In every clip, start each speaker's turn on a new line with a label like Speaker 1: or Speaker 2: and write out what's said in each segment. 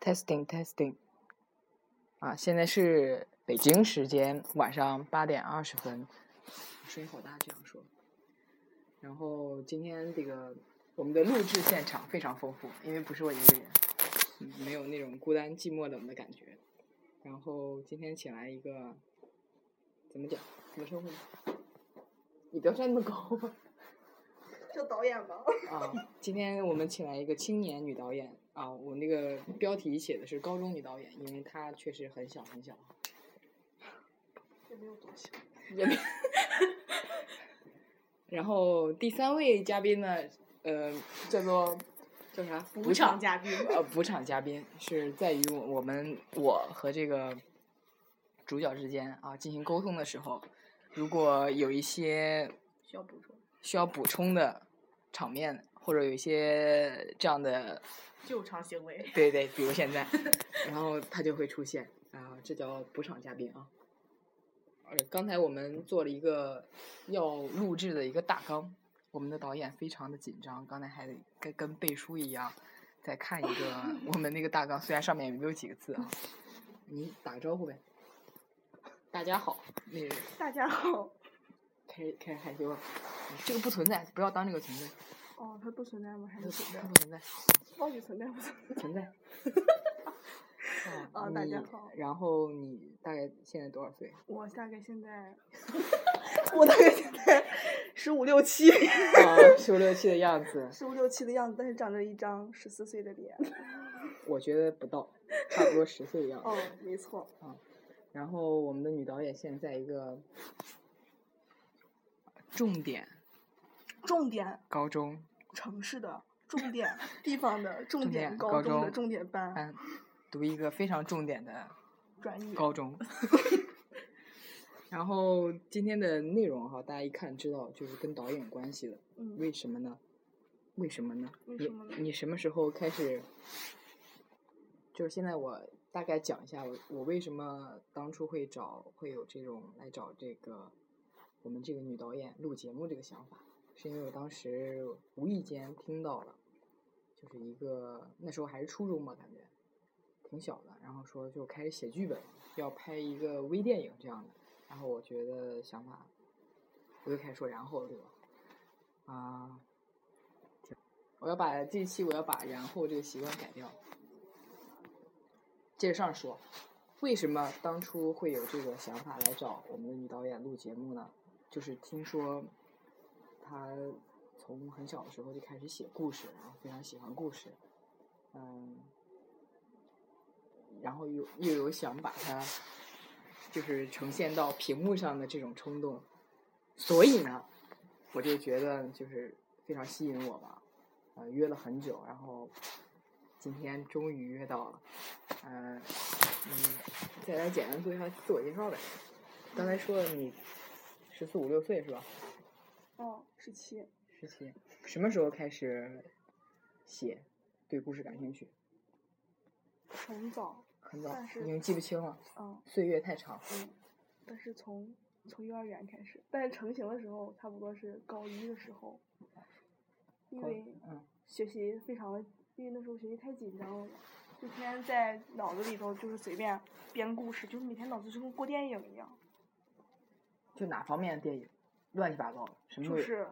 Speaker 1: testing testing，啊，现在是北京时间晚上八点二十分，顺口大这样说。然后今天这个我们的录制现场非常丰富，因为不是我一个人，嗯没有那种孤单寂寞冷的感觉。然后今天请来一个，怎么讲？怎么称呼呢？你不要站那么高吧。
Speaker 2: 就导演吧。
Speaker 1: 啊，今天我们请来一个青年女导演啊，我那个标题写的是高中女导演，因为她确实很小很小，
Speaker 2: 也没有多小。
Speaker 1: 也没。 然后第三位嘉宾呢，呃，叫做叫啥？
Speaker 2: 补场嘉宾。
Speaker 1: 呃，补场嘉宾是在于我我们我和这个主角之间啊进行沟通的时候，如果有一些
Speaker 2: 需要补充
Speaker 1: 需要补充的场面，或者有一些这样的
Speaker 2: 救场行为。
Speaker 1: 对对，比如现在， 然后他就会出现啊，这叫补场嘉宾啊。呃，刚才我们做了一个要录制的一个大纲，我们的导演非常的紧张，刚才还得跟跟背书一样，在看一个我们那个大纲，虽然上面也没有几个字啊。你打个招呼呗。大家好，那个
Speaker 2: 大家好。
Speaker 1: 开始开始害羞了，这个不存在，不要当这个存在，
Speaker 2: 哦，它不存在吗？还
Speaker 1: 它
Speaker 2: 是
Speaker 1: 不
Speaker 2: 存
Speaker 1: 它
Speaker 2: 在？
Speaker 1: 不存在。
Speaker 2: 到底存在不存在？
Speaker 1: 存在。
Speaker 2: 啊大家
Speaker 1: 你
Speaker 2: 好
Speaker 1: 然后你大概现在多少 岁？
Speaker 2: 我大概现在， 我大概现在 十五六七，
Speaker 1: 啊，十五六七的样子，
Speaker 2: 十五六七的样子，但是长着一张十四岁的脸。
Speaker 1: 我觉得不到，差不多十岁的样子。
Speaker 2: 哦，没错。
Speaker 1: 然后我们的女导演现在在一个重点
Speaker 2: 重点
Speaker 1: 高中
Speaker 2: 城市的，重点地方的，重
Speaker 1: 重
Speaker 2: 点
Speaker 1: 点高
Speaker 2: 高中的
Speaker 1: 中
Speaker 2: 重点班
Speaker 1: 班，读一个非常重点的
Speaker 2: 专业。
Speaker 1: 高中。 然后今天的内容哈，大家一看知道就是跟导演有关系的，
Speaker 2: 嗯，
Speaker 1: 为什么呢？为什么呢？
Speaker 2: 为
Speaker 1: 你
Speaker 2: 什么呢
Speaker 1: 你什么时候开始？就是现在，我大概讲一下我我为什么当初会找会有这种来找这个我们这个女导演录节目这个想法，是因为我当时无意间听到了，就是一个那时候还是初中吧，感觉挺小的，然后说就开始写剧本，要拍一个微电影这样的，然后我觉得想法，我就开始说然后了对吧？啊、我要把这期我要把然后这个习惯改掉。接着上说，为什么当初会有这个想法来找我们的女导演录节目呢？就是听说她从很小的时候就开始写故事，然后非常喜欢故事，嗯，然后又又有想把它就是呈现到屏幕上的这种冲动，所以呢，我就觉得就是非常吸引我吧，呃，约了很久，然后今天终于约到了。呃，嗯，再来简单做一下自我介绍呗。刚才说了你十四五六岁是吧？
Speaker 2: 哦，十七。
Speaker 1: 十七，什么时候开始写？对故事感兴趣？
Speaker 2: 很早，
Speaker 1: 很早
Speaker 2: 但，是
Speaker 1: 已经记不清了，
Speaker 2: 嗯
Speaker 1: 岁月太长。
Speaker 2: 嗯，但是从从幼儿园开始，但是成型的时候差不多是高一的时候，因
Speaker 1: 高
Speaker 2: 为
Speaker 1: 嗯，
Speaker 2: 学习非常的，因为那时候学习太紧张了，就天天在脑子里头就是随便编故事，就是每天脑子就跟过电影一样，
Speaker 1: 就哪方面的电影？乱七八糟的，什么都
Speaker 2: 就
Speaker 1: 有。
Speaker 2: 是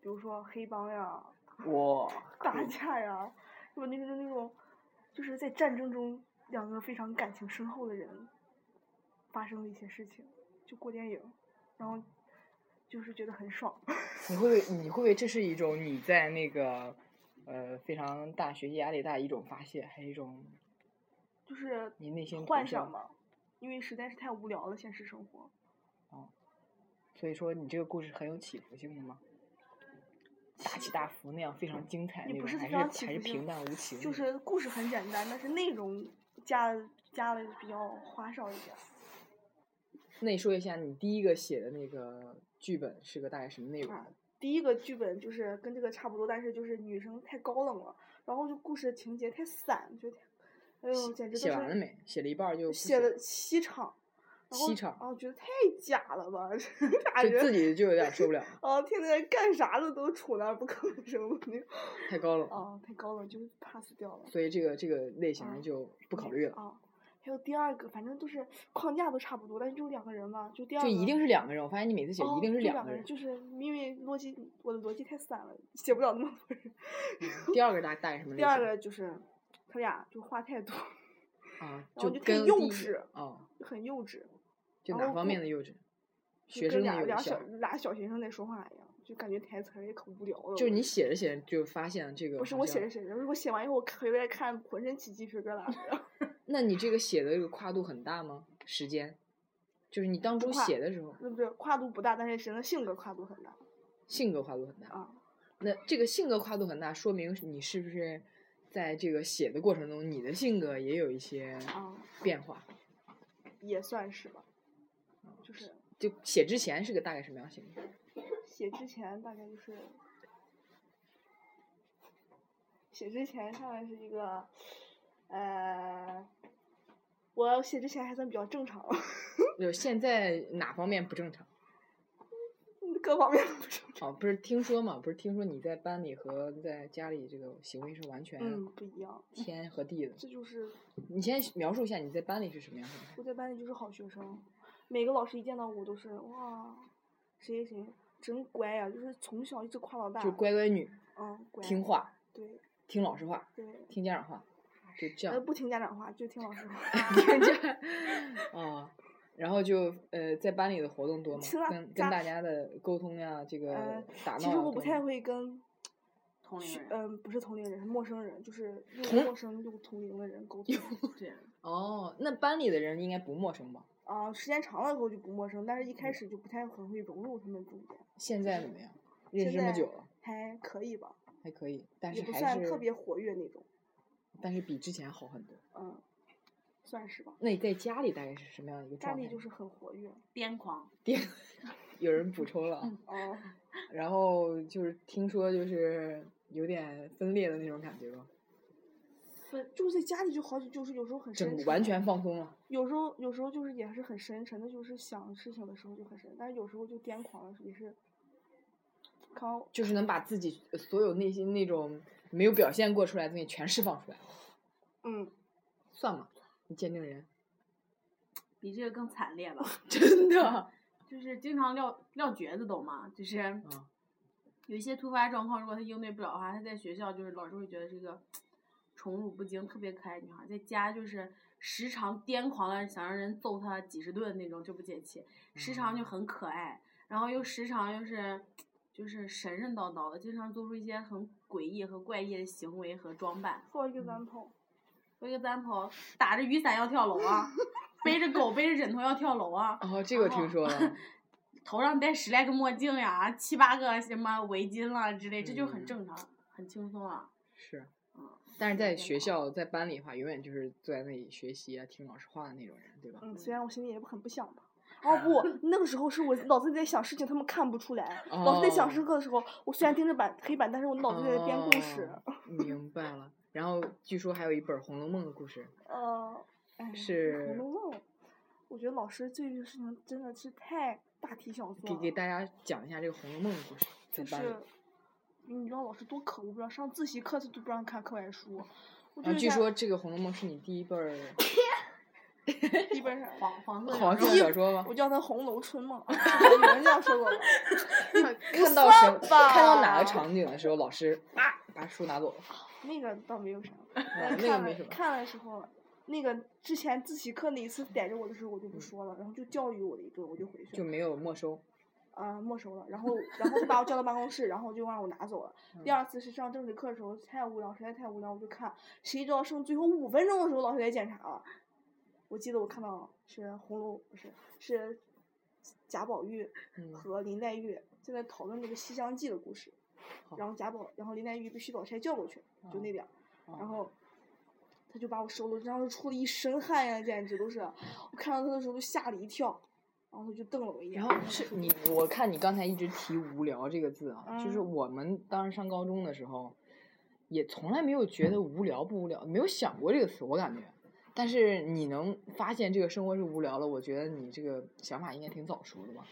Speaker 2: 比如说黑帮呀、
Speaker 1: 哇，嗯
Speaker 2: 打架呀，什么那种那种，就是在战争中两个非常感情深厚的人发生的一些事情，就过电影，然后就是觉得很爽。
Speaker 1: 你会不会你会不会这是一种你在那个呃非常大学习压力大一种发泄，还有一种
Speaker 2: 就是
Speaker 1: 你内心
Speaker 2: 幻
Speaker 1: 投射
Speaker 2: 想嘛，因为实在是太无聊了，现实生活。
Speaker 1: 所以说你这个故事很有起伏性的吗？大起大伏那样非常精彩
Speaker 2: 也
Speaker 1: 那
Speaker 2: 不
Speaker 1: 种，
Speaker 2: 是
Speaker 1: 还
Speaker 2: 非常
Speaker 1: 是
Speaker 2: 起
Speaker 1: 还是
Speaker 2: 伏性
Speaker 1: 平淡无奇的那种？
Speaker 2: 就是故事很简单，但是内容加的加的比较花哨一点。
Speaker 1: 那你说一下你第一个写的那个剧本是个大概什么内容？
Speaker 2: 啊，第一个剧本就是跟这个差不多，但是就是女生太高冷了，然后就故事情节太散，就，哎呦，简直
Speaker 1: 写
Speaker 2: 都
Speaker 1: 完了
Speaker 2: 是
Speaker 1: 没？写了一半儿就不
Speaker 2: 写
Speaker 1: 了
Speaker 2: 了七场，然后
Speaker 1: 西厂
Speaker 2: 哦，觉得太假了吧， 这俩
Speaker 1: 就自
Speaker 2: 人
Speaker 1: 己就有点受不了 了，
Speaker 2: 哦，天天干啥的都杵那儿不吭声，
Speaker 1: 啊太高了，
Speaker 2: 哦，太高了就 pass 掉了。
Speaker 1: 所以这个这个类型
Speaker 2: 啊
Speaker 1: 的就不考虑了，
Speaker 2: 啊。还有第二个，反正都是框架都差不多，但是就两个人嘛，就第二
Speaker 1: 就
Speaker 2: 个
Speaker 1: 一定是两个人。我发现你每次写
Speaker 2: 哦
Speaker 1: 一定是
Speaker 2: 就
Speaker 1: 两
Speaker 2: 两
Speaker 1: 个人，
Speaker 2: 就是因为逻辑我的逻辑太散了，写不了那么多人。
Speaker 1: 第二个大大概什么类
Speaker 2: 第二
Speaker 1: 型
Speaker 2: 个就是他俩就话太多，
Speaker 1: 啊，
Speaker 2: 后就特
Speaker 1: 跟
Speaker 2: 幼
Speaker 1: 第一
Speaker 2: 稚
Speaker 1: 哦，
Speaker 2: 就很幼稚，
Speaker 1: 就
Speaker 2: 然
Speaker 1: 哪
Speaker 2: 后
Speaker 1: 方
Speaker 2: 不
Speaker 1: 面的幼稚？
Speaker 2: 就
Speaker 1: 学
Speaker 2: 跟
Speaker 1: 生的
Speaker 2: 俩
Speaker 1: 幼
Speaker 2: 俩
Speaker 1: 稚
Speaker 2: 小
Speaker 1: 像，
Speaker 2: 俩小学生在说话一样，就感觉台词儿也可无聊了。
Speaker 1: 就是
Speaker 2: 我
Speaker 1: 你写着写着就发现这个
Speaker 2: 不是
Speaker 1: 好
Speaker 2: 我写
Speaker 1: 像
Speaker 2: 着写着，我写完以后我回来看浑身起鸡皮疙瘩，然后
Speaker 1: 那你这个写的这个跨度很大吗？时间，就是你当初
Speaker 2: 跨
Speaker 1: 写的时候，
Speaker 2: 那不是跨度不大，但是人的性格跨度很大
Speaker 1: 性格跨度很大。
Speaker 2: 啊。
Speaker 1: 那这个性格跨度很大，说明你是不是在这个写的过程中，你的性格也有一些
Speaker 2: 啊
Speaker 1: 变化？
Speaker 2: 也算是吧，就是
Speaker 1: 就写之前是个大概什么样性格？
Speaker 2: 写之前大概就是，写之前看来是一个，呃，我写之前还算比较正常，
Speaker 1: 就现在哪方面不正常？
Speaker 2: 各方面都不正常。
Speaker 1: 哦，不是听说嘛？不是听说你在班里和在家里这个行为是完全
Speaker 2: 嗯，不一样，
Speaker 1: 天和地的。
Speaker 2: 这就是
Speaker 1: 你先描述一下你在班里是什么样的？
Speaker 2: 我在班里就是好学生，每个老师一见到我都是哇，谁谁谁真乖呀、就是从小一直夸到大，
Speaker 1: 就乖乖女，
Speaker 2: 嗯，乖，
Speaker 1: 听，话，
Speaker 2: 对
Speaker 1: 听老师话，
Speaker 2: 对，
Speaker 1: 听家长话，就这样
Speaker 2: 呃，。不听家长话，就听老师话。
Speaker 1: 听家 啊，然后就呃，在班里的活动多吗
Speaker 2: 其他？
Speaker 1: 跟跟
Speaker 2: 家
Speaker 1: 大家的沟通呀，这
Speaker 2: 呃
Speaker 1: 个打闹呀。啊
Speaker 2: 其实我不
Speaker 1: 多
Speaker 2: 太
Speaker 1: 吗
Speaker 2: 会跟
Speaker 3: 同龄
Speaker 2: 去
Speaker 3: 人
Speaker 2: 嗯，不是同龄人，是陌生人，就是又
Speaker 1: 同
Speaker 2: 陌生又同龄的人沟通
Speaker 3: 这样，
Speaker 1: 哦，那班里的人应该不陌生吧？
Speaker 2: 啊。时间长了以后就不陌生，但是一开
Speaker 1: 嗯
Speaker 2: 始就不太很会融入他们中间，
Speaker 1: 现在怎么样？认识
Speaker 2: 现
Speaker 1: 这么
Speaker 2: 在
Speaker 1: 久了，
Speaker 2: 还可以吧，
Speaker 1: 还可以，但
Speaker 2: 也
Speaker 1: 是
Speaker 2: 不
Speaker 1: 还
Speaker 2: 算
Speaker 1: 是
Speaker 2: 特别活跃那种，
Speaker 1: 但是比之前好很多。
Speaker 2: 嗯，算是吧。
Speaker 1: 那你在家里大概是什么样的一个
Speaker 2: 家
Speaker 1: 状态呢？
Speaker 2: 里就是很活跃
Speaker 3: 癫狂，
Speaker 1: 有人补充了啊，
Speaker 2: 哦，
Speaker 1: 然后就是听说就是有点分裂的那种感觉吧，
Speaker 2: 就是在家里就好久，就是有时候很深
Speaker 1: 整
Speaker 2: 沉，
Speaker 1: 完全放松了。
Speaker 2: 有时候有时候就是也是很深沉的，就是想事情的时候就很深，但是有时候就癫狂了，也是。看完
Speaker 1: 就是能把自己呃所有内心那种没有表现过出来的东西全释放出来，
Speaker 2: 嗯，
Speaker 1: 算吗？你鉴定人，
Speaker 3: 比这个更惨烈吧？
Speaker 1: 真的，
Speaker 3: 就是经常撂撂蹶子，懂吗？就是
Speaker 1: 嗯
Speaker 3: 有一些突发状况，如果他应对不了的话，他在学校就是老师会觉得是一个宠辱不惊、特别可爱的女孩，在家就是时常癫狂的想让人揍她几十顿那种，就不解气，时常就很可爱，然后又时常又是。就是神神叨叨的，经常做出一些很诡异和怪异的行为和装扮。
Speaker 2: for
Speaker 1: 嗯
Speaker 2: example，
Speaker 3: for example，打着雨伞要跳楼啊， 背着狗背着枕头要跳楼啊，
Speaker 1: 哦，这个我听说 了，
Speaker 3: 头上戴十来个墨镜呀，七八个什么围巾啦之类，这就很
Speaker 1: 嗯
Speaker 3: 正常，很轻松啊。
Speaker 1: 是
Speaker 3: 嗯，
Speaker 1: 但是
Speaker 3: 时
Speaker 1: 在
Speaker 3: 间
Speaker 1: 学
Speaker 3: 长
Speaker 1: 校在班里的话，永远就是坐在那里学习啊，听老师话的那种人，对吧？
Speaker 2: 嗯，虽然我心里也不很不想
Speaker 1: 啊
Speaker 2: 吧。哦不，那个时候是我脑子里在想事情，他们看不出来。脑子在想
Speaker 1: 哦
Speaker 2: 事情的时候，我虽然盯着板黑板，但是我脑子里在编故事。
Speaker 1: 哦明白了。然后据说还有一本《红楼梦》的故事，
Speaker 2: 呃，哎，
Speaker 1: 是
Speaker 2: 红楼梦。啊我觉得老师对这个事情真的是太大题小做
Speaker 1: 给
Speaker 2: 了，
Speaker 1: 给大家讲一下这个《红楼梦》的故事，在
Speaker 2: 就
Speaker 1: 班里
Speaker 2: 是。你知道老师多可恶不知道，上自习课他都不让看课外书。我
Speaker 1: 然后啊据
Speaker 2: 就
Speaker 1: 说这个《红楼梦》是你第一本儿
Speaker 2: 基本上，
Speaker 3: 黄黄色
Speaker 2: 啊
Speaker 3: 小
Speaker 1: 黄
Speaker 3: 肉
Speaker 1: 色小说吗？
Speaker 2: 我叫他《红楼 春梦》啊，有人这样说过吗？
Speaker 1: 看到什么
Speaker 2: 吧啊
Speaker 1: 看到哪个场景的时候，老师啪把书拿走了。
Speaker 2: 那个倒没有 啥，
Speaker 1: 啊那
Speaker 2: 但
Speaker 1: 个
Speaker 2: 看
Speaker 1: 没
Speaker 2: 了
Speaker 1: 什么
Speaker 2: 看的时候，那个之前自习课那一次逮着我的时候，我
Speaker 1: 嗯
Speaker 2: 就不说了，然后就教育我了一顿，我就回去
Speaker 1: 就
Speaker 2: 了，
Speaker 1: 没有没收。
Speaker 2: 啊、没收了，然后然后就把我叫到办公室，然后就让我拿走了。
Speaker 1: 嗯
Speaker 2: 第二次是上政治课的时候太无聊，实在太无聊，我就看，谁知道剩最后五分钟的时候，老师来检查了。我记得我看到是红楼不是是贾宝玉
Speaker 1: 嗯
Speaker 2: 和林黛玉正在讨论那个《西厢记》的故事，
Speaker 1: 好嗯
Speaker 2: 然后贾宝然后林黛玉被薛宝钗叫过去，就那边儿。
Speaker 1: 哦
Speaker 2: 然后他就把我收了，然后出了一身汗呀，简直都是！我看到他的时候都吓了一跳，然后他就瞪了我一眼。
Speaker 1: 然后是你，我看你刚才一直提“无聊”这个字啊，就是
Speaker 2: 嗯
Speaker 1: 我们当时上高中的时候，也从来没有觉得无聊不无聊，没有想过这个词，我感觉。但是你能发现这个生活是无聊了，我觉得你这个想法应该挺早熟的吧？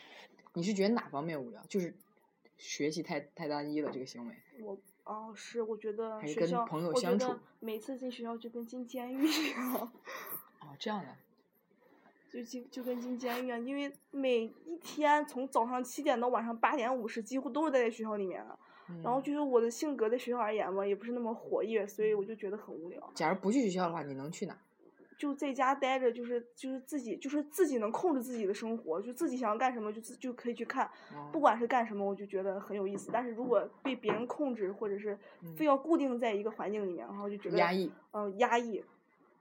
Speaker 1: 你是觉得哪方面无聊？就是学习太太单一了这个行为，
Speaker 2: 我哦，是我觉得
Speaker 1: 还是
Speaker 2: 学
Speaker 1: 跟
Speaker 2: 校，
Speaker 1: 朋友
Speaker 2: 我觉
Speaker 1: 相
Speaker 2: 得
Speaker 1: 处
Speaker 2: 每次进学校就跟进监狱 一样，
Speaker 1: 哦，这样的，
Speaker 2: 就进就跟进监狱一样，因为每一天从早上七点到晚上八点五十，几乎都是待在学校里面的。
Speaker 1: 嗯、
Speaker 2: 然后就是我的性格在学校而言嘛，也不是那么活跃，所
Speaker 1: 嗯
Speaker 2: 以我就觉得很无聊，
Speaker 1: 假如不去学校的话，你能去哪？
Speaker 2: 就在家待着，就是就是自己就是自己能控制自己的生活，就自己想要干什么就自就可以去看，
Speaker 1: 哦
Speaker 2: 不管是干什么，我就觉得很有意思。但是如果被别人控制，或者是非要固定在一个环境里面，然后就觉得
Speaker 1: 嗯压，抑，
Speaker 2: 嗯、压抑。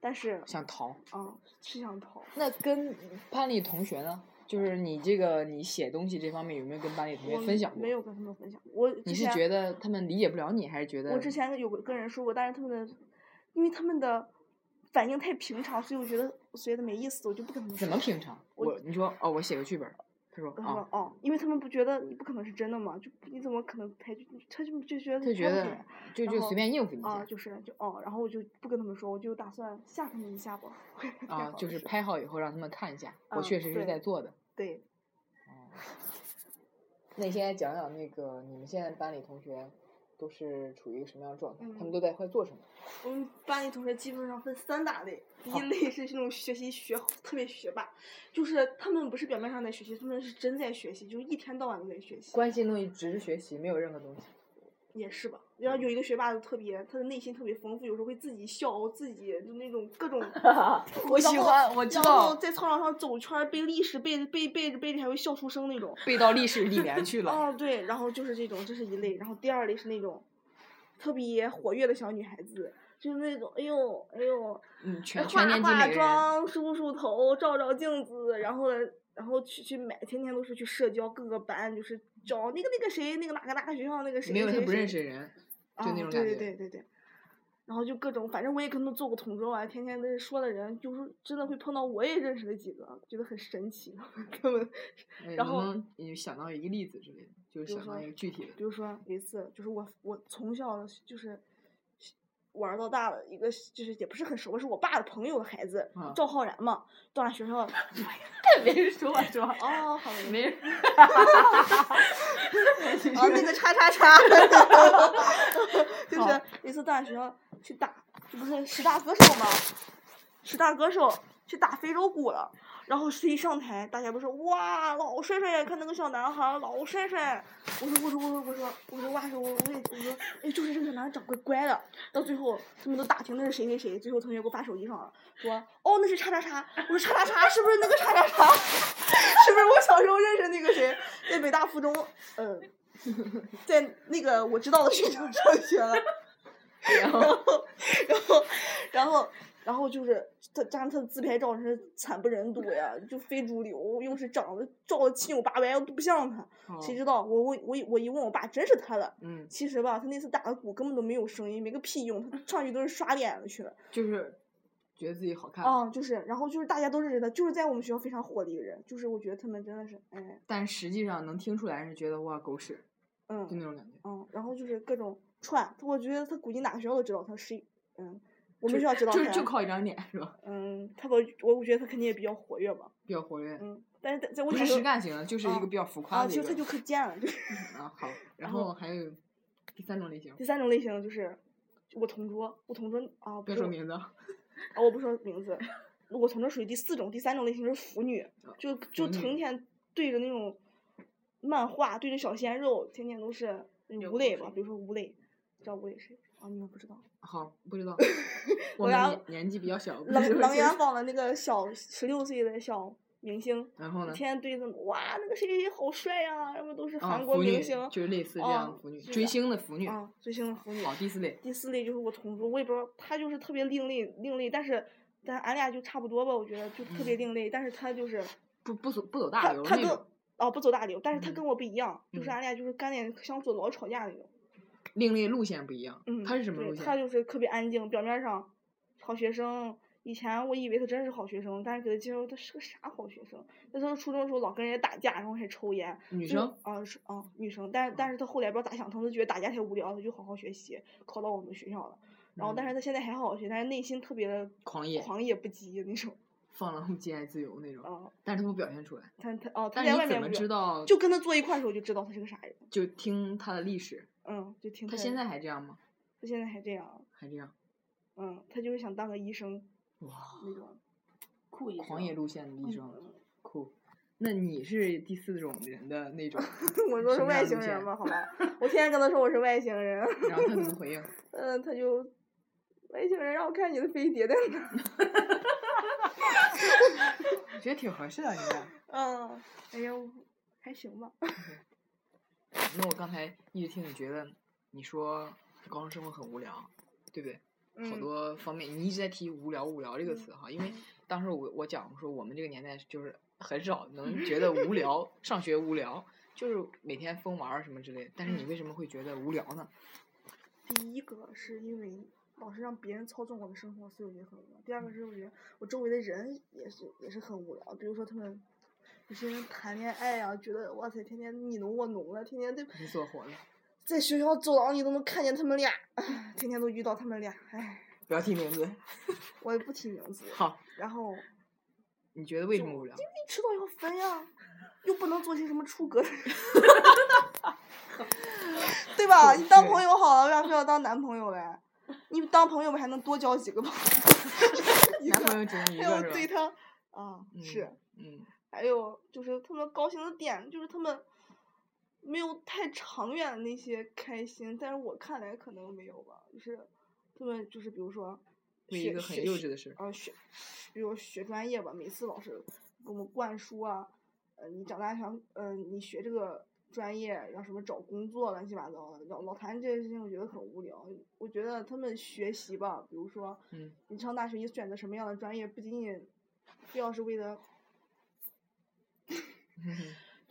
Speaker 2: 但是，
Speaker 1: 想逃。
Speaker 2: 嗯，是想逃。
Speaker 1: 那跟班里同学呢？就是你这个你写东西这方面有没有跟班里同学
Speaker 2: 我
Speaker 1: 分享过？
Speaker 2: 没有跟他们分享。我
Speaker 1: 你
Speaker 2: 之
Speaker 1: 是
Speaker 2: 前
Speaker 1: 觉得他们理解不了你，还是觉得
Speaker 2: 我之前有跟人说过，但是他们的，因为他们的反应太平常，所以我觉得我觉得没意思，我就不跟他们
Speaker 1: 怎
Speaker 2: 说
Speaker 1: 么平常？
Speaker 2: 我
Speaker 1: 我你说哦，我写个剧本儿，他说
Speaker 2: 他
Speaker 1: 啊、
Speaker 2: 说哦，因为他们不觉得你不可能是真的嘛，就你怎么可能拍剧？他就就觉得
Speaker 1: 他觉
Speaker 2: 拍不
Speaker 1: 得就
Speaker 2: 然
Speaker 1: 就
Speaker 2: 后
Speaker 1: 随便应付你一
Speaker 2: 啊，
Speaker 1: 下
Speaker 2: 就是就哦，然后我就不跟他们说，我就打算吓他们一下吧。
Speaker 1: 啊，就是拍好以后让他们看一下，我
Speaker 2: 嗯
Speaker 1: 确实是
Speaker 2: 对
Speaker 1: 在做的。
Speaker 2: 对，
Speaker 1: 那你现在讲讲那个你们现在班里同学都是处于一个什么样的状态？他们
Speaker 2: 嗯
Speaker 1: 都在在做什么？
Speaker 2: 我们班里同学基本上分三大类，一
Speaker 1: 好
Speaker 2: 类是那种学习学特别学霸，就是他们不是表面上在学习，他们是真在学习，就是一天到晚都在学习。
Speaker 1: 关心的东西只是学习，没有任何东西。
Speaker 2: 也是吧。然后有一个学霸就特别，他的内心特别丰富，有时候会自己笑哦，自己就那种各种。
Speaker 1: 我喜欢，我知
Speaker 2: 然后
Speaker 1: 道
Speaker 2: 在操场上走圈儿，背历史，背着背背着背着还会笑出声那种。
Speaker 1: 背到历史里面去了。
Speaker 2: 哦，对，然后就是这种，这是一类。然后第二类是那种特别活跃的小女孩子，就是那种哎呦哎呦，
Speaker 1: 嗯，全全
Speaker 2: 化
Speaker 1: 年级
Speaker 2: 化
Speaker 1: 每个人
Speaker 2: 妆、梳梳头、照照镜子，然后呢，然后去去买，天天都是去社交各个班，就是找那个那个谁，那个哪个哪个学校那个谁，
Speaker 1: 没有他
Speaker 2: 谁
Speaker 1: 不认
Speaker 2: 谁
Speaker 1: 识的人，
Speaker 2: 啊，
Speaker 1: 就那种
Speaker 2: 对
Speaker 1: 感
Speaker 2: 对
Speaker 1: 觉。
Speaker 2: 对对对。然后就各种，反正我也跟他们做过同桌啊，天天跟说的人，就是真的会碰到我也认识的几个，觉得很神奇。 他们，
Speaker 1: 嗯
Speaker 2: 然
Speaker 1: 能
Speaker 2: 后
Speaker 1: 不能你想到一个例子之类的，就
Speaker 2: 比
Speaker 1: 是
Speaker 2: 如
Speaker 1: 想到
Speaker 2: 说
Speaker 1: 一个具体 的。
Speaker 2: 比如说有一次，就是我我从小就是玩儿到大的一个，就是也不是很熟，是我爸的朋友的孩子，
Speaker 1: 啊
Speaker 2: 赵浩然嘛，到俺学校，
Speaker 3: 没人说我说，
Speaker 2: 哦，好的，
Speaker 3: 没人。
Speaker 2: 哦，那个叉叉叉，就
Speaker 1: 好
Speaker 2: 是有一次到俺学校去打，这不是十大歌手吗？十大歌手去打非洲鼓了，然后谁一上台，大家都说哇，老帅帅，看那个小男孩儿老帅帅。我说我说我说我说我说哇，我我也我说哎，就是这个小男孩长怪乖的。到最后他们都打听那是谁谁谁，最后同学给我发手机上了，说哦那是叉叉叉，我说叉叉叉是不是那个叉叉 叉？是不是我小时候认识那个谁，在北大附中，嗯、在那个我知道的学校上学了。然后，然后，然后，然后就是他，加上他的自拍照真是惨不忍睹呀，就非主流，又是长得照的七扭八歪，都不像他。谁
Speaker 1: 哦
Speaker 2: 知道我我我一我一问我爸，真是他的。
Speaker 1: 嗯，
Speaker 2: 其实吧，他那次打的鼓根本都没有声音，没个屁用， 他上去都是刷脸子去了。
Speaker 1: 就是觉得自己好看，
Speaker 2: 啊、就是，然后就是大家都认识他，就是在我们学校非常火的一个人。就是我觉得他们真的是，哎，
Speaker 1: 但实际上能听出来是觉得哇狗屎，
Speaker 2: 嗯
Speaker 1: 就那种感觉。
Speaker 2: 嗯，然后就是各种串，我觉得他估计哪个学校都知道他是一，嗯，我
Speaker 1: 就
Speaker 2: 们学校知道啊
Speaker 1: 就
Speaker 2: 他，
Speaker 1: 就靠一张脸是吧？
Speaker 2: 嗯，他我我觉得他肯定也比较活跃吧，
Speaker 1: 比较活跃，
Speaker 2: 嗯，但是在在我
Speaker 1: 不
Speaker 2: 小
Speaker 1: 是
Speaker 2: 时候
Speaker 1: 实干型的，就是一个
Speaker 2: 啊
Speaker 1: 比较浮夸
Speaker 2: 啊，
Speaker 1: 的
Speaker 2: 其
Speaker 1: 一
Speaker 2: 实
Speaker 1: 个。
Speaker 2: 他就可贱了，就是
Speaker 1: 啊好，然
Speaker 2: 然后
Speaker 1: 后还有第三种类型，
Speaker 2: 第三种类型就是我同桌，我同桌啊，
Speaker 1: 不
Speaker 2: 不
Speaker 1: 要
Speaker 2: 是
Speaker 1: 说
Speaker 2: 我
Speaker 1: 名字啊，
Speaker 2: 啊，我不说名字， 我同桌属于第四种，第三种类型就是腐女，就就
Speaker 1: 哦腐女
Speaker 2: 成天对着那种漫画，对着小鲜肉，天天都是
Speaker 3: 流
Speaker 2: 吴
Speaker 3: 口
Speaker 2: 磊吧
Speaker 3: 水，
Speaker 2: 比如说吴磊，知道吴磊谁啊？你们不知道？
Speaker 1: 好不 知道，我
Speaker 2: 我
Speaker 1: 们
Speaker 2: 要
Speaker 1: 年年纪比较小，不知
Speaker 2: 琅
Speaker 1: 道
Speaker 2: 琅
Speaker 1: 姓
Speaker 2: 琊
Speaker 1: 什
Speaker 2: 榜的那个小十六岁的小明星，
Speaker 1: 嗯然后呢
Speaker 2: 天，天对着哇那个谁谁谁好帅呀、要么都是
Speaker 1: 啊
Speaker 2: 韩国
Speaker 1: 腐
Speaker 2: 明
Speaker 1: 女
Speaker 2: 星，
Speaker 1: 就是类似这样
Speaker 2: 啊
Speaker 1: 腐女，
Speaker 2: 是
Speaker 1: 追
Speaker 2: 的
Speaker 1: 星的腐女。
Speaker 2: 啊追星的腐女
Speaker 1: 好，。第四类，
Speaker 2: 第四类就是我同桌，我也不知道他就是特别另类另类，但是但俺俩就差不多吧，我觉得就
Speaker 1: 嗯
Speaker 2: 特别另类，但是他就是
Speaker 1: 不不走不走大
Speaker 2: 他
Speaker 1: 流
Speaker 2: 他
Speaker 1: 那
Speaker 2: 跟
Speaker 1: 种，
Speaker 2: 哦不走大流，但是他
Speaker 1: 嗯
Speaker 2: 跟我不一样，就是
Speaker 1: 嗯
Speaker 2: 俺俩就是干点相处老吵架那种。
Speaker 1: 另类路线不一样
Speaker 2: 嗯，。
Speaker 1: 他是什么
Speaker 2: 对
Speaker 1: 路
Speaker 2: 他
Speaker 1: 线？
Speaker 2: 就是特别安静，表面上好学生。以前我以为他真是好学生，但是给他介绍他是个啥好学生。那时候初中的时候老跟人家打架，然后还抽烟。
Speaker 1: 女
Speaker 2: 就是
Speaker 1: 生
Speaker 2: 啊是啊女生，但但是她后来不知道咋想通，她觉得打架太无聊，她就好好学习，考到我们学校了。然后但是他现在还好些，但是内心特别的
Speaker 1: 嗯狂野
Speaker 2: 狂野不羁的那种
Speaker 1: 放浪不羁爱自由那种，
Speaker 2: 啊。
Speaker 1: 但是他不表现出来。
Speaker 2: 他他哦，他
Speaker 1: 但
Speaker 2: 在
Speaker 1: 是
Speaker 2: 外
Speaker 1: 你怎
Speaker 2: 面
Speaker 1: 么
Speaker 2: 不
Speaker 1: 知
Speaker 2: 知道，
Speaker 1: 道？
Speaker 2: 就跟他坐一块儿的时候就知道他是个啥人。
Speaker 1: 就听他的历史，
Speaker 2: 嗯，就听
Speaker 1: 他
Speaker 2: 的
Speaker 1: 现在还这样吗？
Speaker 2: 他现在还这样，
Speaker 1: 还这样？
Speaker 2: 嗯，他就是想当个医生
Speaker 1: 哇，
Speaker 2: 那种。
Speaker 3: 酷一
Speaker 1: 狂
Speaker 3: 生
Speaker 1: 野路线的医生，
Speaker 2: 嗯，
Speaker 1: 酷。那你是第四种人的那种
Speaker 2: 我说
Speaker 1: 什
Speaker 2: 是
Speaker 1: 么样
Speaker 2: 外
Speaker 1: 的
Speaker 2: 星
Speaker 1: 路
Speaker 2: 人
Speaker 1: 线
Speaker 2: 吧，好吧， 我天天跟他说我是外星人，
Speaker 1: 然后他怎么回应？
Speaker 2: 嗯，他就外星人让我看你的飞碟在哪儿？
Speaker 1: 我觉得挺合适的，应该。
Speaker 2: 嗯，哎呀，我还行吧，
Speaker 1: 那我刚才一直听你觉得，你说高中生活很无聊，对不对？好
Speaker 2: 嗯
Speaker 1: 多方面，你一直在提“无聊”“无聊”这个
Speaker 2: 嗯
Speaker 1: 词哈，因为当时我我讲说我们这个年代就是很少能觉得无聊， 上学无聊，就是每天疯玩儿什么之类的。但是你
Speaker 2: 嗯
Speaker 1: 为什么会觉得无聊呢？
Speaker 2: 第一个是因为老是让别人操纵我的生活，所以我觉得很无聊。第二个是我觉得我周围的人也是也是很无聊，比如说他们有些人谈恋爱啊，觉得哇塞，天天你侬我侬了，天天在
Speaker 1: 你做火了，
Speaker 2: 在学校走廊里都能看见他们俩，唉天天都遇到他们俩，唉，
Speaker 1: 不要提名字。
Speaker 2: 我也不提名字。
Speaker 1: 好，
Speaker 2: 然后
Speaker 1: 你觉得为什么无聊？
Speaker 2: 你迟早要分呀，又不能做些什么出格的事， 对吧？你当朋友好了，为啥非要当男朋友嘞？你当朋友不还 能多交几个朋友？
Speaker 1: 男朋友只能一
Speaker 2: 还有
Speaker 1: 个
Speaker 2: 对
Speaker 1: 是吧？
Speaker 2: 他啊，
Speaker 1: 嗯
Speaker 2: 是，
Speaker 1: 嗯，
Speaker 2: 还有就是他们高兴的点，就是他们没有太长远的那些开心，但是我看来可能没有吧，就是他们就是比如说
Speaker 1: 为
Speaker 2: 学
Speaker 1: 一个很
Speaker 2: 学
Speaker 1: 幼
Speaker 2: 学
Speaker 1: 稚的事。
Speaker 2: 呃学，比如学专业吧，每次老师给我们灌输啊，呃，你长大想，呃，你学这个专业要什么找工作，乱七八糟的，老老谈这些事情，我觉得很无聊。我觉得他们学习吧，比如说，
Speaker 1: 嗯，
Speaker 2: 你上大学你选择什么样的专业，不仅仅非要是为 了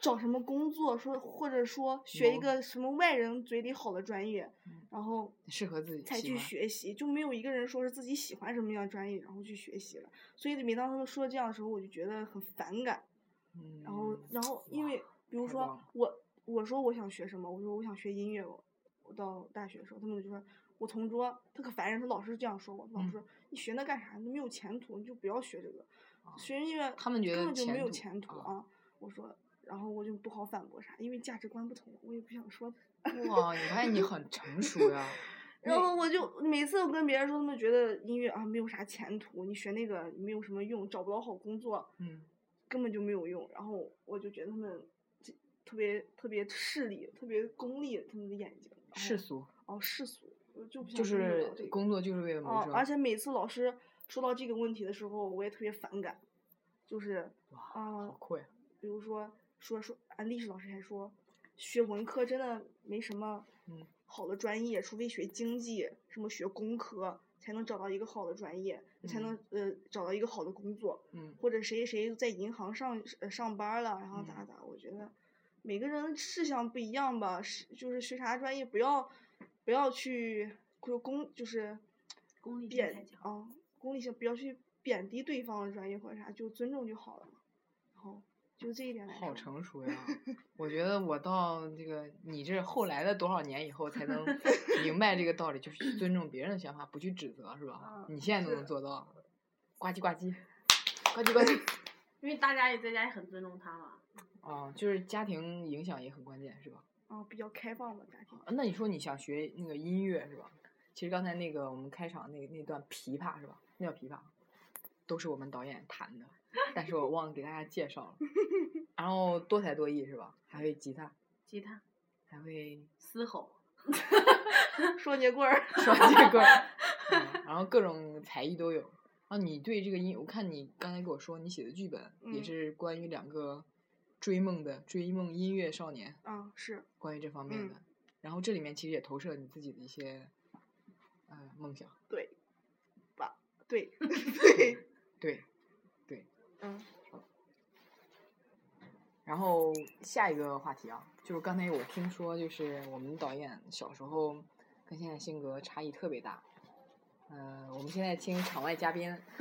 Speaker 2: 找什么工作，说或者说学一
Speaker 1: 谋
Speaker 2: 个什么外人嘴里好的专业
Speaker 1: 嗯，
Speaker 2: 然后
Speaker 1: 适合自己
Speaker 2: 才
Speaker 1: 喜
Speaker 2: 去
Speaker 1: 欢
Speaker 2: 学习，就没有一个人说是自己喜欢什么样的专业，然后去学习了。所以每当他们说这样的时候，我就觉得很反感。
Speaker 1: 嗯
Speaker 2: 然后，然后因为比如
Speaker 1: 太棒
Speaker 2: 说
Speaker 1: 了
Speaker 2: 我我说我想学什么，我说我想学音乐，我我到大学的时候，他们就说我同桌他可烦人，他老是这样说我，老师
Speaker 1: 嗯
Speaker 2: 说你学那干啥？你没有前途，你就不要学这个，学音乐
Speaker 1: 啊他们觉
Speaker 2: 根
Speaker 1: 得
Speaker 2: 本就没
Speaker 1: 前
Speaker 2: 有
Speaker 1: 途
Speaker 2: 前途
Speaker 1: 啊
Speaker 2: 啊。我说，然后我就不好反驳啥，因为价值观不同，我也不想说
Speaker 1: 哇，你发现你很成熟 呀。
Speaker 2: 然
Speaker 1: 那
Speaker 2: 后我就每次我跟别人说，他们觉得音乐啊没有啥前途，你学那个没有什么用，找不到好工作，
Speaker 1: 嗯，
Speaker 2: 根本就没有用。然后我就觉得他们这特别特别势利，特别功利，他们的眼睛然
Speaker 1: 世
Speaker 2: 后
Speaker 1: 俗
Speaker 2: 哦世俗，我就不想
Speaker 1: 就
Speaker 2: 跟他们
Speaker 1: 是
Speaker 2: 聊这个
Speaker 1: 工作就是为了谋
Speaker 2: 啊
Speaker 1: 生。，
Speaker 2: 而且每次老师说到这个问题的时候，我也特别反感，就是
Speaker 1: 哇
Speaker 2: 啊、
Speaker 1: 好酷呀！
Speaker 2: 比如说说说，俺历史老师还说，学文科真的没什么
Speaker 1: 嗯
Speaker 2: 好的专业，除非学经济，什么学工科才能找到一个好的专业，才
Speaker 1: 嗯
Speaker 2: 能呃找到一个好的工作，
Speaker 1: 嗯，
Speaker 2: 或者谁谁在银行上呃上班儿了，然后
Speaker 1: 嗯
Speaker 2: 咋咋，我觉得每个人志向不一样吧，是就是学啥专业不要不要去就工就是
Speaker 3: 功利性太
Speaker 2: 贬
Speaker 3: 强
Speaker 2: 啊功利性，不要去贬低对方的专业或者啥，就尊重就好了嘛。然后就这一点来
Speaker 1: 好
Speaker 2: 说
Speaker 1: 成熟呀！我觉得我到这个你这后来的多少年以后才 能明白这个道理，就是去尊重别人的想法，不去指责，是吧
Speaker 2: 啊？
Speaker 1: 你现在都
Speaker 2: 是
Speaker 1: 能
Speaker 2: 的
Speaker 1: 做到，呱唧呱 唧，呱唧呱唧。
Speaker 3: 因为大家也在家也很尊重他嘛。
Speaker 1: 啊，就是家庭影响也很关键，是吧？
Speaker 2: 啊比较开放吧家庭。
Speaker 1: 啊那你说你想学那个音乐是吧？其实刚才那个我们开场那那段琵琶是吧？那叫琵琶，都是我们导演弹的，但是我忘了给大家介绍 了。然后多才多艺是吧？还会吉他，
Speaker 3: 吉他、
Speaker 1: 还会
Speaker 3: 嘶吼，
Speaker 2: 双节棍儿，
Speaker 1: 双节 棍儿嗯然后各种才艺都有。然后你对这个音，我看你刚才跟我说你写的剧本、也
Speaker 2: 嗯
Speaker 1: 是关于两个追梦的追梦音乐少年，
Speaker 2: 啊是，
Speaker 1: 关于这方面
Speaker 2: 嗯
Speaker 1: 的。然后这里面其实也投射你自己的一些呃梦想，
Speaker 2: 对，吧对 对，
Speaker 1: 对。
Speaker 2: 嗯
Speaker 1: 然后下一个话题啊，就是刚才我听说，就是我们导演小时候跟现在性格差异特别大。呃，我们现在听场外嘉宾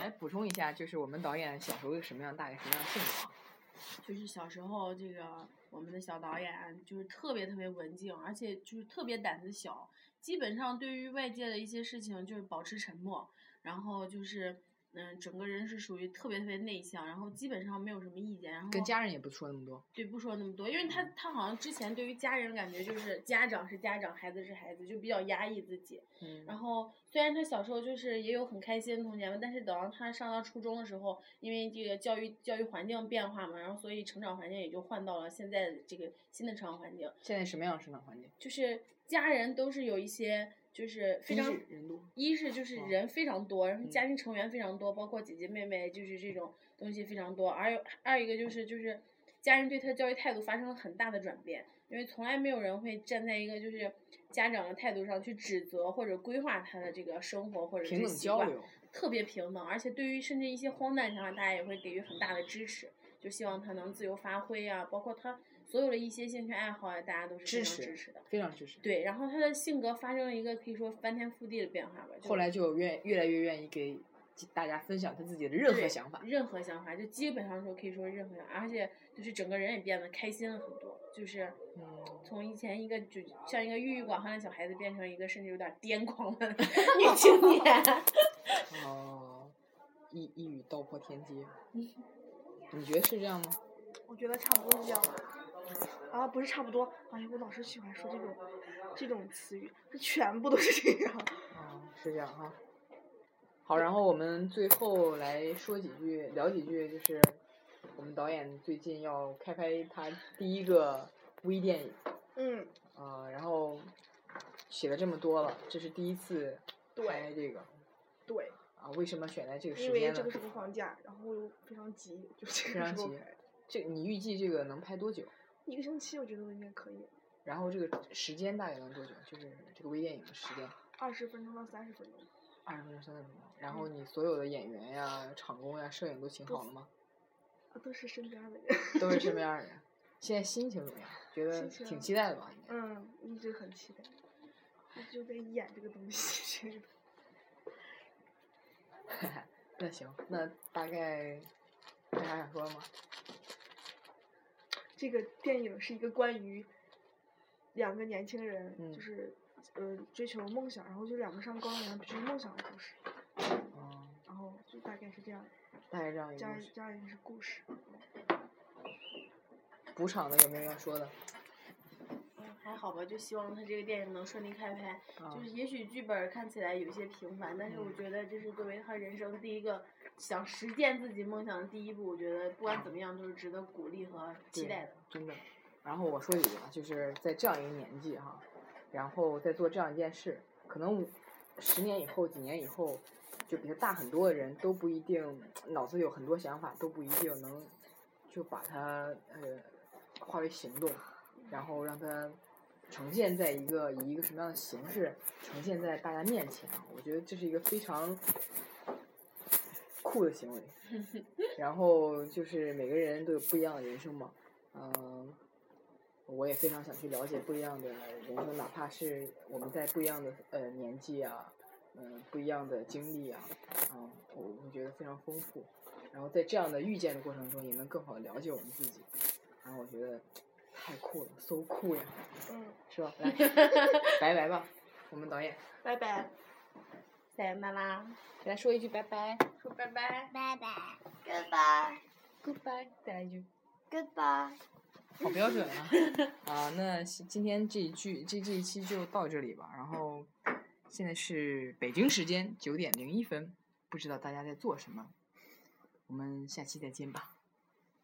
Speaker 1: 来补充一下，就是我们导演小时候是什么样，大概什么样的性格啊？
Speaker 3: 就是小时候这个我们的小导演就是特别特别文静，而且就是特别胆子小，基本上对于外界的一些事情就是保持沉默，然后就是嗯，整个人是属于特别特别内向，然后基本上没有什么意见，然后
Speaker 1: 跟家人也不说那么多。
Speaker 3: 对，不说那么多，因为他他好像之前对于家人感觉就是家长是家长，孩子是孩子，就比较压抑自己。
Speaker 1: 嗯，
Speaker 3: 然后虽然他小时候就是也有很开心的童年嘛，但是等到他上到初中的时候，因为这个教育教育环境变化嘛，然后所以成长环境也就换到了现在这个新的成长环境，
Speaker 1: 现在什么样的生长环境？
Speaker 3: 就是家人都是有一些就是非
Speaker 1: 一
Speaker 3: 常
Speaker 1: 是人多
Speaker 3: 一是就是
Speaker 1: 哦
Speaker 3: 人非常多，然后
Speaker 1: 嗯
Speaker 3: 家庭成员非常多，包括姐姐妹妹，就是这种东西非常多。而有二一个就是就是家人对他的教育态度发生了很大的转变，因为从来没有人会站在一个就是家长的态度上去指责或者规划他的这个生活或者
Speaker 1: 平
Speaker 3: 是
Speaker 1: 等
Speaker 3: 习
Speaker 1: 交
Speaker 3: 惯，
Speaker 1: 流。
Speaker 3: 特别平等，而且对于甚至一些荒诞想法，大家也会给予很大的支持，就希望他能自由发挥啊，包括他所有的一些兴趣爱好啊，大家都是非
Speaker 1: 支
Speaker 3: 常
Speaker 1: 持
Speaker 3: 支持的。
Speaker 1: 非常支持。
Speaker 3: 对，然后他的性格发生了一个可以说翻天覆地的变化吧。就
Speaker 1: 后来就愿越来越愿意给大家分享他自己的任何
Speaker 3: 对
Speaker 1: 想法。
Speaker 3: 任何想法，就基本上说可以说是任何想法，而且就是整个人也变得开心了很多，就是
Speaker 1: 嗯，
Speaker 3: 从以前一个就像一个郁郁寡欢的小孩子，变成一个甚至有点癫狂 的女青年。
Speaker 1: 哦，一一语道破天机。
Speaker 2: 嗯
Speaker 1: 你觉得是这样吗？
Speaker 2: 我觉得差不多是这样吧。啊，不是差不多，哎呀，我老是喜欢说这种这种词语，这全部都是这样。
Speaker 1: 哦，是这样哈。好，然后我们最后来说几句，聊几句，就是我们导演最近要开拍他第一个微电影，
Speaker 2: 嗯，
Speaker 1: 呃，然后写了这么多了，这是第一次
Speaker 2: 对
Speaker 1: 拍这个
Speaker 2: 对，
Speaker 1: 啊，为什么选在这个时
Speaker 2: 因为
Speaker 1: 间
Speaker 2: 这
Speaker 1: 呢
Speaker 2: 个？是个放假，然后又非常急，就这
Speaker 1: 非
Speaker 2: 个
Speaker 1: 常
Speaker 2: 时候
Speaker 1: 急
Speaker 2: 拍，
Speaker 1: 这你预计这个能拍多久？
Speaker 2: 一个星期我觉得应该可以，
Speaker 1: 然后这个时间大概能多久？就是这个微电影的时间，
Speaker 2: 二十分钟到三十分钟，
Speaker 1: 二十分钟、三十分钟。然后你所有的演员呀、场工呀、摄嗯影都请好 了吗？
Speaker 2: 啊都是身边的人。
Speaker 1: 都是身边儿人。现在心情怎么样？觉得
Speaker 2: 心
Speaker 1: 挺
Speaker 2: 情
Speaker 1: 期待的吧？应该
Speaker 2: 嗯，一直很期待，我就在演这个东西， 这个
Speaker 1: 那行，那大概还还想说吗？
Speaker 2: 这个电影是一个关于两个年轻人，
Speaker 1: 嗯
Speaker 2: 就是呃追求梦想，然后就两个上高中追求梦想的故事，
Speaker 1: 嗯，
Speaker 2: 然后就大概是这样，
Speaker 1: 大概这样一个
Speaker 2: 加
Speaker 1: 故
Speaker 2: 一
Speaker 1: 事。
Speaker 2: 加一是故事。
Speaker 1: 补场的有没有要说的？
Speaker 3: 嗯还好吧，就希望他这个电影能顺利开拍。
Speaker 1: 啊
Speaker 3: 就是也许剧本儿看起来有些平凡，但是
Speaker 1: 嗯
Speaker 3: 我觉得这是作为他人生第一个想实践自己梦想的第一步，我觉得不管怎么样都是值得鼓励和期
Speaker 1: 对
Speaker 3: 待的。
Speaker 1: 真的。然后我说几句啊，就是在这样一个年纪哈，然后再做这样一件事，可能十年以后、几年以后，就比他大很多的人都不一定脑子有很多想法，都不一定能就把它呃化为行动，然后让它呈现在一个以一个什么样的形式呈现在大家面前啊。我觉得这是一个非常酷的行为。然后就是每个人都有不一样的人生嘛。嗯，我也非常想去了解不一样的人生，哪怕是我们在不一样的呃年纪啊，嗯、不一样的经历啊，嗯，我我觉得非常丰富。然后在这样的遇见的过程中，也能更好的了解我们自己。然后我觉得太酷了，so 酷呀，
Speaker 2: 嗯，
Speaker 1: 是吧？ 来，拜拜吧，我们导演，
Speaker 2: 拜拜。
Speaker 3: 塞尤那拉，
Speaker 1: 给他说一句拜拜
Speaker 3: 说拜拜。
Speaker 4: Bye bye. Goodbye.
Speaker 1: ，goodbye，再来一句。
Speaker 4: Goodbye.
Speaker 1: 好标准啊！啊，那是今天这一句这这一期就到这里吧。然后现在是北京时间九点零一分，不知道大家在做什么，我们下期再见吧。